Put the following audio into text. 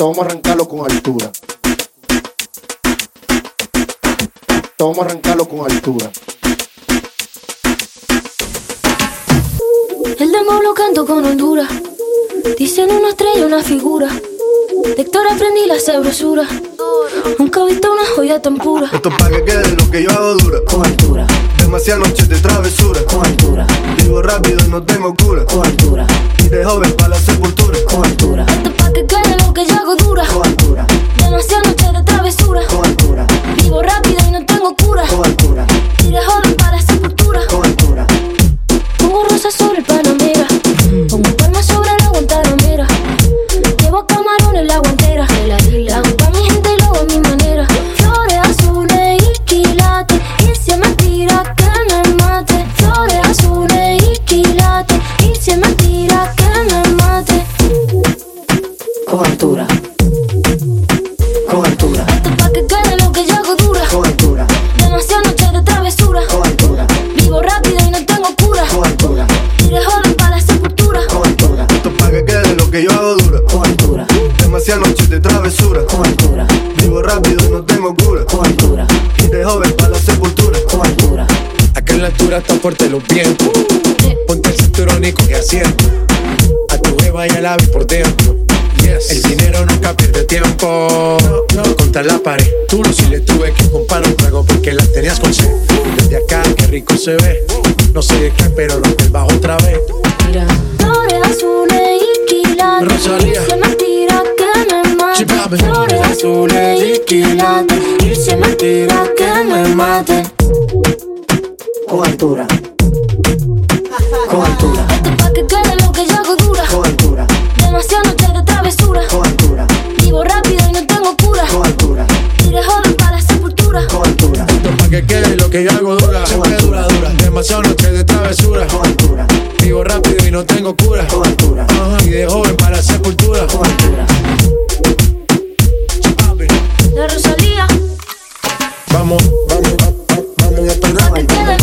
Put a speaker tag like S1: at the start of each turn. S1: Vamos a arrancarlo con altura. Vamos a arrancarlo con altura.
S2: El demo lo canto con Honduras. Dicen una estrella, una figura. De Héctor aprendí la sabrosura. Nunca he visto una joya tan pura.
S3: Esto es pa' que quede lo que yo hago dura.
S4: Con altura,
S3: Demasiadas noches de travesura.
S4: con altura,
S3: Vivo rápido, no tengo cura.
S4: con altura,
S3: Y de joven para la sepultura.
S4: con altura,
S2: Esto pa' que quede lo que yo hago dura.
S4: con altura,
S2: Demasiadas noches de travesura.
S4: con altura,
S2: Vivo rápido y no tengo cura.
S4: con altura,
S2: Tira joven para la sepultura.
S4: con altura,
S2: Pongo rosas sobre el panamera. Pongo palmas sobre la guantanamera. Llevo camarones la guantera. La hago pa' mi gente y lo hago a mi manera. Flores azules y quilates. Y si es mentira que me mate. Flores azules y quilates. Y si es mentira que me mate.
S4: con altura, con altura,
S2: Esto pa' que quede lo que yo hago dura.
S4: con altura,
S2: Demasiadas noches de travesura.
S4: con altura,
S2: Vivo rápido y no tengo cura.
S4: con altura,
S2: Tire joven para la sepultura.
S4: con altura,
S3: Esto es pa' que quede lo que yo hago dura.
S4: con altura,
S3: Demasiadas noches de travesura.
S4: con altura,
S3: Vivo rápido, no tengo cura.
S4: con altura,
S3: Y de joven para la sepultura.
S4: con altura,
S5: Acá en la altura están fuertes los vientos. Ponte el cinturón y coge asiento. A tu jeva y la ave por dentro. El dinero nunca pierde tiempo. Contra la pared. Tú no si le tuve que comprar un trago porque las tenías con sed. Desde acá, qué rico se ve. No sé de qué, pero lo del bajo otra vez.
S6: Mira,
S2: Flores azules y quilates.
S5: Rosalía.
S2: Y si es mentira que me
S5: Sí,
S2: mate.
S5: papi.
S2: Flores azules y quilates. Y si es mentira que me mate.
S4: con altura, con altura,
S2: Esto pa' que quede lo que yo hago dura.
S4: con altura,
S2: Demasiadas noches de travesura.
S4: con altura,
S2: Vivo rápido y no tengo cura.
S4: con altura,
S2: Tire joven para la sepultura.
S4: con altura,
S5: Esto pa' que quede lo que yo hago dura. Siempre dura, dura. Demasiado noche de travesura.
S4: con altura,
S5: Vivo rápido y no tengo cura.
S4: con altura,
S5: Ajá, Y de joven para la sepultura.
S4: con altura.
S2: De Rosalía.
S5: Vamos, vamos, vamos, vamos.
S2: Pa' que quede